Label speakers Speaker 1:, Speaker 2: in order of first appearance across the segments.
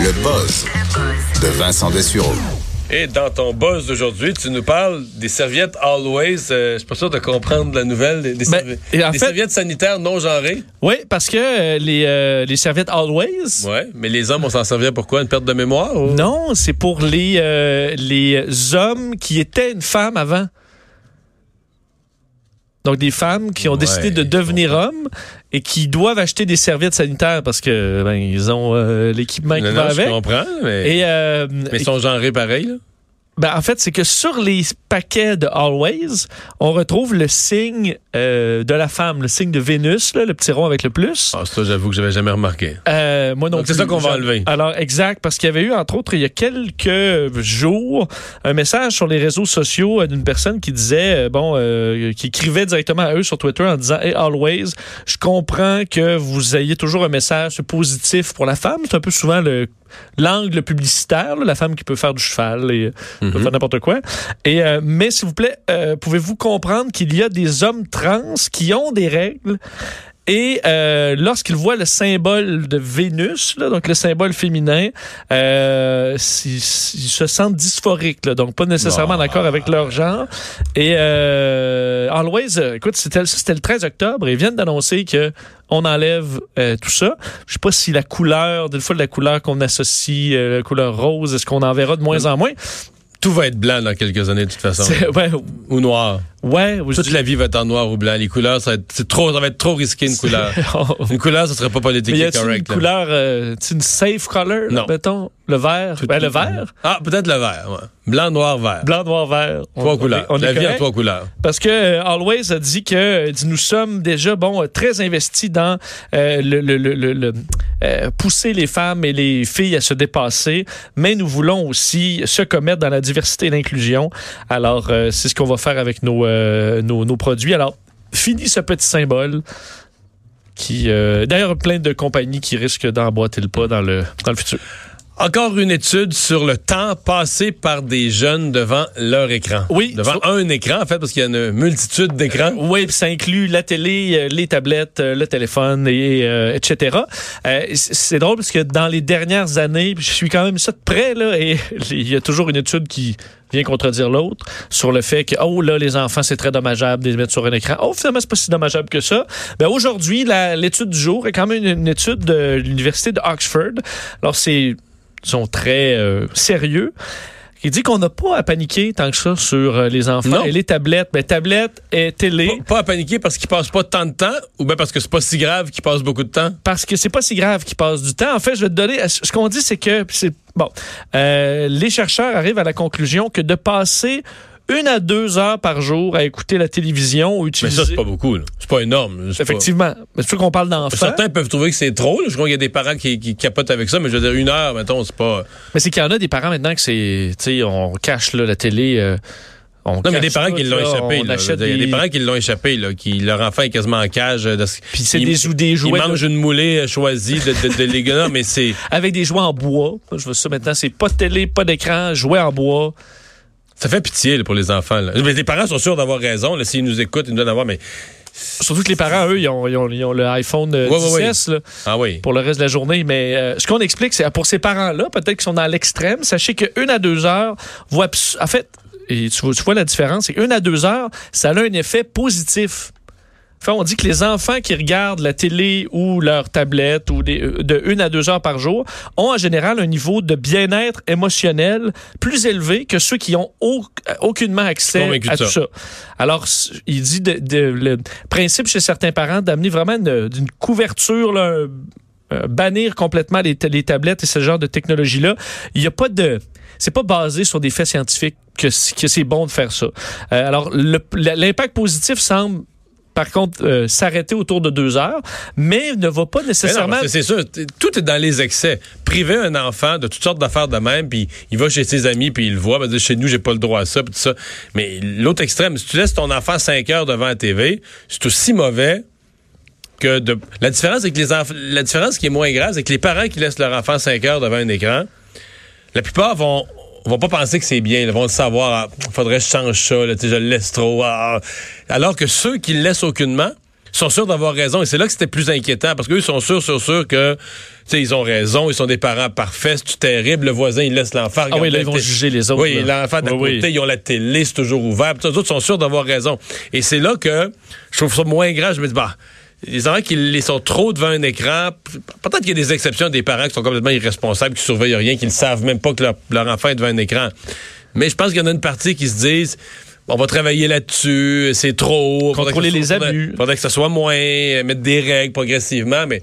Speaker 1: Le buzz de Vincent Dessureau.
Speaker 2: Et dans ton buzz d'aujourd'hui, tu nous parles des serviettes Always. Euh, je suis pas sûr de comprendre la nouvelle. Des, des
Speaker 3: Ben,
Speaker 2: servi-
Speaker 3: et en
Speaker 2: des
Speaker 3: fait-
Speaker 2: serviettes sanitaires non genrées.
Speaker 3: Oui, parce que euh, les, euh, les serviettes Always,
Speaker 2: Ouais, mais les hommes, on s'en servait pourquoi? Une perte de mémoire? ou-
Speaker 3: non, c'est pour les, euh, les hommes qui étaient une femme avant. Donc des femmes qui ont décidé
Speaker 2: Ouais,
Speaker 3: de
Speaker 2: je
Speaker 3: devenir hommes et qui doivent acheter des serviettes sanitaires parce que ben, ils ont euh, l'équipement qui
Speaker 2: Non,
Speaker 3: va
Speaker 2: non, je
Speaker 3: avec.
Speaker 2: comprends, mais,
Speaker 3: Et, euh,
Speaker 2: mais ils sont genrés pareil. là.
Speaker 3: Ben, en fait, c'est que sur les paquets de Always, on retrouve le signe euh, de la femme, le signe de Vénus, là, le petit rond avec le plus.
Speaker 2: Ah, ça, j'avoue que j'avais jamais remarqué.
Speaker 3: Euh, moi non
Speaker 2: Donc, c'est
Speaker 3: plus.
Speaker 2: ça qu'on va
Speaker 3: J'en-
Speaker 2: enlever.
Speaker 3: Alors, exact, parce qu'il y avait eu, entre autres, il y a quelques jours, un message sur les réseaux sociaux euh, d'une personne qui disait, euh, bon, euh, qui écrivait directement à eux sur Twitter en disant, Hey, always, je comprends que vous ayez toujours un message positif pour la femme. C'est un peu souvent le l'angle publicitaire, là, la femme qui peut faire du cheval et
Speaker 2: Mm-hmm.
Speaker 3: euh, peut faire n'importe quoi. Et, euh, mais s'il vous plaît, euh, pouvez-vous comprendre qu'il y a des hommes trans qui ont des règles et euh, lorsqu'ils voient le symbole de Vénus, là, donc le symbole féminin, euh, s- s- ils se sentent dysphoriques, là, donc pas nécessairement d'accord avec leur genre. Et euh, Always, euh, écoute, c'était ça, c'était le 13 octobre et ils viennent d'annoncer que on enlève euh, tout ça. Je sais pas si la couleur, des fois la couleur qu'on associe, euh, la couleur rose, est-ce qu'on en verra de moins en moins
Speaker 2: Tout va être blanc dans quelques années, de toute façon.
Speaker 3: C'est- Ouais,
Speaker 2: Ou noir.
Speaker 3: ouais. ou je
Speaker 2: Toute
Speaker 3: dis-
Speaker 2: la vie va être en noir ou blanc. Les couleurs, ça va être, c'est trop, ça va être trop risqué, une couleur. Une couleur, ce serait pas
Speaker 3: Oh, Mais y
Speaker 2: politiquement
Speaker 3: a-t-il une
Speaker 2: correct. là.
Speaker 3: couleur, euh, tu sais, une safe color,
Speaker 2: Non.
Speaker 3: mettons, le vert, ben, le vert.
Speaker 2: Ah, peut-être le vert. ouais. Blanc, noir, vert.
Speaker 3: Blanc, noir, vert. On-
Speaker 2: Trois
Speaker 3: on
Speaker 2: couleurs.
Speaker 3: est- on est
Speaker 2: la vie en
Speaker 3: correct.
Speaker 2: trois couleurs.
Speaker 3: Parce que euh, Always a dit que euh, dit, nous sommes déjà bon euh, très investis dans euh, le, le- le- le- le, euh, pousser les femmes et les filles à se dépasser, mais nous voulons aussi se commettre dans la diversité et l'inclusion. Alors euh, c'est ce qu'on va faire avec nos, euh, nos nos produits. Alors fini ce petit symbole. Qui euh, d'ailleurs plein de compagnies qui risquent d'emboîter le pas dans le dans le futur.
Speaker 2: Encore une étude sur le temps passé par des jeunes devant leur écran.
Speaker 3: Oui. Euh,
Speaker 2: Devant un écran, en fait, parce qu'il y en a une multitude d'écrans.
Speaker 3: Oui, puis ça inclut la télé, euh, les tablettes, euh, le téléphone, et, euh, etc. Euh, c- c'est drôle parce que dans les dernières années, puis je suis quand même ça de près, là, et il y a toujours une étude qui vient contredire l'autre sur le fait que, oh là, les enfants, c'est très dommageable de les mettre sur un écran. Oh, finalement, c'est pas si dommageable que ça. Ben, aujourd'hui, la- l'étude du jour est quand même une, une étude de l'Université de Oxford. Alors, c'est, ils sont très euh, sérieux. Il dit qu'on n'a pas à paniquer tant que ça sur euh, les enfants
Speaker 2: Non.
Speaker 3: et les tablettes. Ben, tablettes et télé.
Speaker 2: Pas, pas à paniquer parce qu'ils passent pas tant de temps ou bien parce que c'est pas si grave qu'ils passent beaucoup de temps.
Speaker 3: parce que c'est pas si grave qu'ils passent du temps. En fait, je vais te donner. Ce qu'on dit, c'est que puis c'est bon. euh, les chercheurs arrivent à la conclusion que de passer une à deux heures par jour à écouter la télévision ou
Speaker 2: Mais
Speaker 3: utiliser.
Speaker 2: ça, c'est pas beaucoup. là. C'est pas énorme. là. C'est pas-
Speaker 3: Effectivement. Mais C'est sûr qu'on parle d'enfants.
Speaker 2: Certains peuvent trouver que c'est trop. là. Je crois qu'il y a des parents qui, qui capotent avec ça, mais je veux dire, une heure, mettons, c'est pas.
Speaker 3: Mais c'est qu'il y en a des parents maintenant que c'est. Tu sais, on cache là, la télé. euh, on
Speaker 2: Non, mais il y a des
Speaker 3: cache
Speaker 2: parents
Speaker 3: tout,
Speaker 2: qui l'ont
Speaker 3: là,
Speaker 2: échappé.
Speaker 3: on
Speaker 2: là. Je veux
Speaker 3: achète
Speaker 2: dire, Il y a
Speaker 3: des-
Speaker 2: des parents qui l'ont échappé, là, qui leur enfant est quasiment en cage. euh, parce
Speaker 3: Puis c'est
Speaker 2: qu'il-
Speaker 3: des, jou- des
Speaker 2: Il
Speaker 3: jouets
Speaker 2: mange
Speaker 3: là,
Speaker 2: une moulée euh, choisie de, de, de les gars. Non, mais c'est.
Speaker 3: avec des jouets en bois. Moi, Je veux ça maintenant. C'est pas de télé, pas d'écran, jouets en bois.
Speaker 2: Ça fait pitié là, pour les enfants. là. Mais les parents sont sûrs d'avoir raison. là. S'ils nous écoutent, ils nous donnent avoir. Mais
Speaker 3: Surtout que les parents, eux, ils ont, ils ont- ils ont le iPhone euh,
Speaker 2: Ouais, ouais, ouais.
Speaker 3: 10S, là.
Speaker 2: ah oui.
Speaker 3: pour le reste de la journée. Mais euh, ce qu'on explique, c'est ah, pour ces parents-là, peut-être qu'ils sont dans l'extrême, sachez qu'une à deux heures voit. abs- En fait, et tu, vois, tu vois la différence, c'est qu'une à deux heures, ça a un effet positif. Enfin, on dit que les enfants qui regardent la télé ou leur tablette ou des, euh, de une à deux heures par jour ont en général un niveau de bien-être émotionnel plus élevé que ceux qui ont au- euh, aucunement accès
Speaker 2: Convaincu de
Speaker 3: à tout
Speaker 2: ça.
Speaker 3: ça. Alors, s- il dit de- de- le principe chez certains parents d'amener vraiment une, d'une couverture, là, un- euh, bannir complètement les, ta- les tablettes et ce genre de technologie-là. Il n'y a pas de... C'est pas basé sur des faits scientifiques que, c- que c'est bon de faire ça. Euh, alors, le- la- l'impact positif semble par contre, euh, s'arrêter autour de deux heures, mais ne va pas nécessairement...
Speaker 2: Mais non, c'est sûr, t- tout est dans les excès. Priver un enfant de toutes sortes d'affaires de même, puis il va chez ses amis, puis il le voit, ben, dire, chez nous, j'ai pas le droit à ça, puis tout ça. Mais l'autre extrême, si tu laisses ton enfant 5 heures devant la TV, c'est aussi mauvais que de... La différence, c'est que les enf- la différence qui est moins grave, c'est que les parents qui laissent leur enfant 5 heures devant un écran, la plupart vont vont pas penser que c'est bien, ils vont le savoir, ah, faudrait que je change ça, là, tu sais, je le laisse trop. ah. Alors que ceux qui le laissent aucunement sont sûrs d'avoir raison. Et c'est là que c'était plus inquiétant, parce qu'eux sont sûrs, sûrs, sûrs que tu sais, ils ont raison, ils sont des parents parfaits, c'est terrible, le voisin, il laisse l'enfant.
Speaker 3: Ah
Speaker 2: regarder
Speaker 3: oui, là,
Speaker 2: la
Speaker 3: ils vont
Speaker 2: télé.
Speaker 3: juger les autres.
Speaker 2: Oui,
Speaker 3: là.
Speaker 2: l'enfant d'à
Speaker 3: Oui, oui.
Speaker 2: côté, ils ont la télé, c'est toujours ouvert. Puis, les autres sont sûrs d'avoir raison. Et c'est là que je trouve ça moins grave. Je me dis, bah, les enfants qui les sont trop devant un écran, p- peut-être qu'il y a des exceptions des parents qui sont complètement irresponsables, qui surveillent rien, qui ne savent même pas que leur, leur enfant est devant un écran. Mais je pense qu'il y en a une partie qui se disent, on va travailler là-dessus, c'est trop. faudrait
Speaker 3: Contrôler
Speaker 2: que ce
Speaker 3: les
Speaker 2: soit-
Speaker 3: abus.
Speaker 2: faudrait- faudrait que ce soit moins, euh, mettre des règles progressivement, mais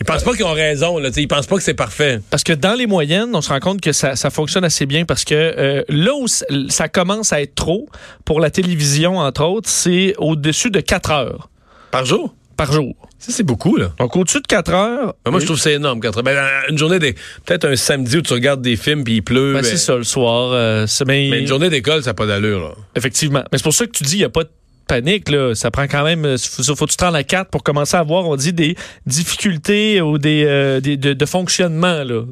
Speaker 2: ils pensent pas qu'ils ont raison, là, tu sais, ils pensent pas que c'est parfait.
Speaker 3: Parce que dans les moyennes, on se rend compte que ça, ça fonctionne assez bien parce que euh, là où c- ça commence à être trop, pour la télévision, entre autres, c'est au-dessus de 4 heures
Speaker 2: Par jour?
Speaker 3: par jour.
Speaker 2: Ça, c'est beaucoup, là.
Speaker 3: Donc, au-dessus de 4 heures.
Speaker 2: Mais Ah, moi, je trouve que c'est énorme. quatre- ben, euh, une journée, des... peut-être un samedi où tu regardes des films puis il pleut.
Speaker 3: Ben,
Speaker 2: ben,
Speaker 3: c'est ça, le soir. euh, c'est- mais-
Speaker 2: Mais une journée d'école, ça n'a pas d'allure. là.
Speaker 3: Effectivement. Mais c'est pour ça que tu dis, il n'y a pas de panique. Là. Ça prend quand même... euh, Faut, faut que tu te rendes à 4 pour commencer à avoir, on dit, des difficultés ou des, euh, des- de, de fonctionnement. Là.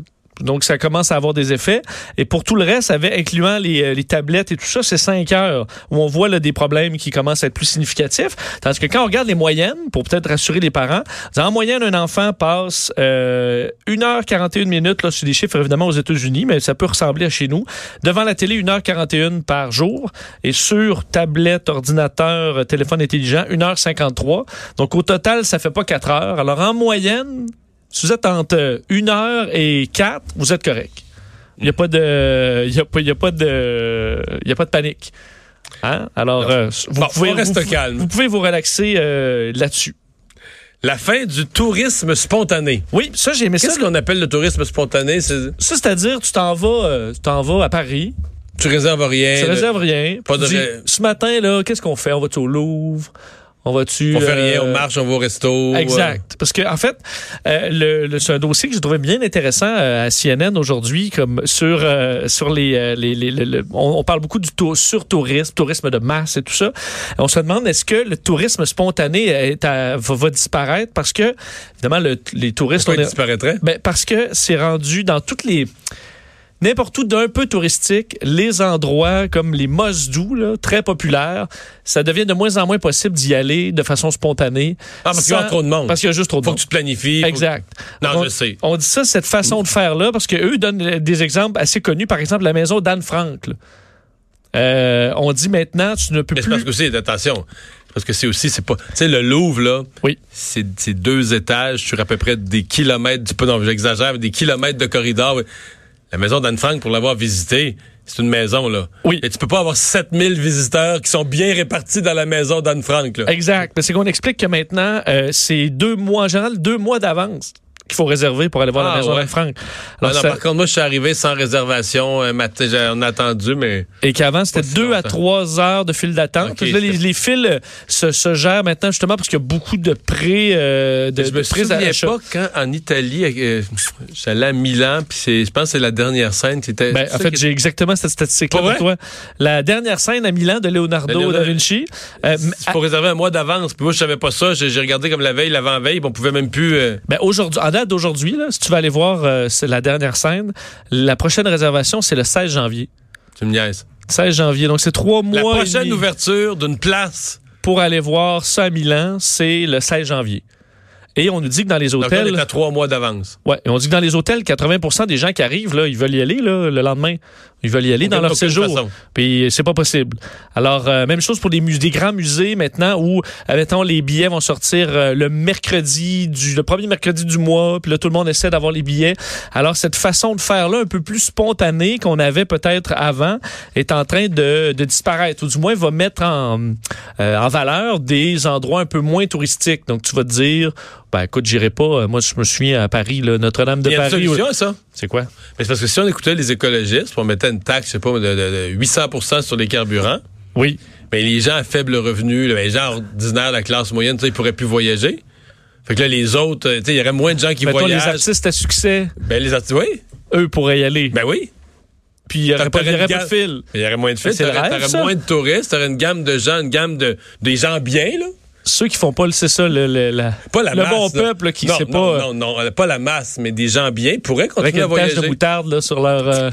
Speaker 3: Donc, ça commence à avoir des effets. Et pour tout le reste, avec, incluant les, euh, les tablettes et tout ça, c'est 5 heures où on voit là, des problèmes qui commencent à être plus significatifs. Tandis que quand on regarde les moyennes, pour peut-être rassurer les parents, en moyenne, un enfant passe euh, 1h41 minutes, là, c'est des chiffres évidemment aux États-Unis, mais ça peut ressembler à chez nous, devant la télé 1h41 par jour et sur tablette, ordinateur, euh, téléphone intelligent, 1h53. Donc au total, ça fait pas 4 heures. Alors en moyenne, si vous êtes entre euh, 1 heure et 4, vous êtes correct. Il n'y a pas de il y a pas il y a pas de il y a pas de panique. Hein? Alors euh, vous
Speaker 2: Bon,
Speaker 3: pouvez
Speaker 2: on reste
Speaker 3: vous-
Speaker 2: calme.
Speaker 3: Vous pouvez vous relaxer euh, là-dessus.
Speaker 2: La fin du tourisme spontané.
Speaker 3: Oui, ça j'ai aimé ça.
Speaker 2: Qu'est-ce qu'on appelle le tourisme spontané? C'est-
Speaker 3: Ça, c'est-à-dire, tu t'en vas, euh, tu t'en vas à Paris,
Speaker 2: Tu réserves rien.
Speaker 3: tu
Speaker 2: là.
Speaker 3: réserves rien.
Speaker 2: Eh, pas
Speaker 3: puis
Speaker 2: de
Speaker 3: tu dis,
Speaker 2: ré-
Speaker 3: Ce matin, là, qu'est-ce qu'on fait? On va-tu au Louvre? On va-tu.
Speaker 2: On fait
Speaker 3: euh,
Speaker 2: rien, on marche, on va au resto. euh,
Speaker 3: Exact. Parce que, en fait, euh, le, le- c'est un dossier que je trouvais bien intéressant euh, à CNN aujourd'hui, comme sur, euh, sur les. euh, les, les- les- le- on, on parle beaucoup du tour, sur-tourisme, tourisme de masse et tout ça. On se demande est-ce que le tourisme spontané est à- va, va disparaître parce que, évidemment, le- les touristes.
Speaker 2: Pourquoi
Speaker 3: on
Speaker 2: il
Speaker 3: est-
Speaker 2: disparaîtrait?
Speaker 3: ben, parce que c'est rendu dans toutes les. N'importe où d'un peu touristique, les endroits comme les Mosdou, là, très populaires, ça devient de moins en moins possible d'y aller de façon spontanée.
Speaker 2: Ah, parce qu'il y a
Speaker 3: sans-
Speaker 2: trop de monde.
Speaker 3: Parce qu'il y a juste trop de
Speaker 2: Faut
Speaker 3: monde.
Speaker 2: que tu te planifies. faut-
Speaker 3: Exact.
Speaker 2: Non,
Speaker 3: on,
Speaker 2: je sais.
Speaker 3: On dit ça, cette façon de faire-là, parce qu'eux donnent euh, des exemples assez connus. Par exemple, la maison d'Anne Frank. là. Euh, on dit maintenant, tu ne peux
Speaker 2: Mais c'est parce
Speaker 3: plus...
Speaker 2: que c'est, attention, c'est parce que c'est aussi, c'est pas. Tu sais, le Louvre, là,
Speaker 3: Oui.
Speaker 2: c'est c'est deux étages sur à peu près des kilomètres, du- pas non, j'exagère, mais des kilomètres de corridor. La maison d'Anne Frank, pour l'avoir visitée, c'est une maison, là.
Speaker 3: Oui.
Speaker 2: Et tu peux pas avoir 7000 visiteurs qui sont bien répartis dans la maison d'Anne Frank, là.
Speaker 3: Exact. Mais C'est qu'on explique que maintenant, euh, c'est deux mois, en général, deux mois d'avance qu'il faut réserver pour aller voir la
Speaker 2: Ah,
Speaker 3: maison
Speaker 2: ouais.
Speaker 3: d'Anne Frank.
Speaker 2: Non,
Speaker 3: Alors,
Speaker 2: non,
Speaker 3: ça-
Speaker 2: Par contre, moi, je suis arrivé sans réservation un matin. j'ai- On a attendu, mais.
Speaker 3: Et qu'avant, c'était
Speaker 2: Pas si
Speaker 3: deux à
Speaker 2: longtemps.
Speaker 3: trois heures de file d'attente.
Speaker 2: Ok,
Speaker 3: Puis là, les,
Speaker 2: c'était-
Speaker 3: les files euh, se, se gèrent maintenant, justement, parce qu'il y a beaucoup de prêts euh, de,
Speaker 2: je
Speaker 3: de
Speaker 2: me
Speaker 3: prêts à
Speaker 2: souviens
Speaker 3: l'achat.
Speaker 2: pas quand, en Italie, euh, j'allais à Milan, puis c'est- je pense que c'est la dernière scène qui était.
Speaker 3: Ben,
Speaker 2: c'est
Speaker 3: en
Speaker 2: ça
Speaker 3: fait,
Speaker 2: qui-
Speaker 3: j'ai exactement cette statistique-là
Speaker 2: Pas
Speaker 3: pour toi. La dernière scène à Milan de Leonardo,
Speaker 2: De Ben, Leonardo-
Speaker 3: da Vinci. euh, m-
Speaker 2: Il faut réserver un mois d'avance. Puis moi, je savais pas ça. J'ai j'ai regardé comme la veille, l'avant-veille, puis on pouvait même plus. euh,
Speaker 3: Ben aujourd'hui, en date d'aujourd'hui, là, si tu vas aller voir euh, c'est la dernière scène, la prochaine réservation, c'est le 16 janvier.
Speaker 2: tu me niaises.
Speaker 3: 16 janvier, donc c'est trois mois
Speaker 2: La
Speaker 3: et
Speaker 2: prochaine
Speaker 3: demi
Speaker 2: ouverture d'une place.
Speaker 3: pour aller voir ça à Milan, c'est le 16 janvier. Et on nous dit que dans les
Speaker 2: Donc, là, on est
Speaker 3: hôtels,
Speaker 2: à trois mois d'avance.
Speaker 3: ouais, et on dit que dans les hôtels, 80% des gens qui arrivent là, ils veulent y aller là, le lendemain, ils veulent y aller dans
Speaker 2: Aucune-
Speaker 3: leur
Speaker 2: aucune
Speaker 3: séjour.
Speaker 2: façon.
Speaker 3: Puis euh, c'est pas possible. Alors euh, même chose pour des, mus- des grands musées maintenant où euh, mettons les billets vont sortir euh, le mercredi du le premier mercredi du mois, puis là tout le monde essaie d'avoir les billets. Alors cette façon de faire là un peu plus spontanée qu'on avait peut-être avant est en train de, de disparaître ou du moins va mettre en euh, en valeur des endroits un peu moins touristiques. Donc tu vas te dire ben écoute, j'irai pas Euh, moi je me souviens à Paris là, Notre-Dame de
Speaker 2: Il y a une
Speaker 3: Paris.
Speaker 2: solution à ça.
Speaker 3: C'est quoi
Speaker 2: Mais c'est parce que si on écoutait les écologistes, puis on mettait une taxe, je sais pas, de, de- de 800 sur les carburants.
Speaker 3: Oui.
Speaker 2: mais les gens à faible revenu, là, ben, les gens ordinaires, la classe moyenne, ils pourraient plus voyager. Fait que là, les autres, euh, tu sais, il y aurait moins de gens qui
Speaker 3: Mettons,
Speaker 2: voyagent.
Speaker 3: les artistes à succès,
Speaker 2: Ben, les artistes, oui.
Speaker 3: eux pourraient y aller.
Speaker 2: Ben oui.
Speaker 3: Puis
Speaker 2: euh,
Speaker 3: il n'y aurait, pas il y aurait pas de fil. Ben,
Speaker 2: Il y aurait moins de fils,
Speaker 3: C'est le
Speaker 2: t'aurais
Speaker 3: rêve,
Speaker 2: t'aurais
Speaker 3: ça.
Speaker 2: moins de touristes, t'aurais une gamme de gens, une gamme de des gens bien, là.
Speaker 3: Ceux qui font pas, le- c'est ça, le, le- la-
Speaker 2: Pas la
Speaker 3: le
Speaker 2: masse.
Speaker 3: bon
Speaker 2: là.
Speaker 3: peuple là, qui
Speaker 2: non,
Speaker 3: sait
Speaker 2: non,
Speaker 3: pas.
Speaker 2: Non,
Speaker 3: euh,
Speaker 2: non, pas la masse, mais des gens bien pourraient
Speaker 3: Avec
Speaker 2: continuer à
Speaker 3: une tache
Speaker 2: voyager.
Speaker 3: de moutarde là, sur leur, euh,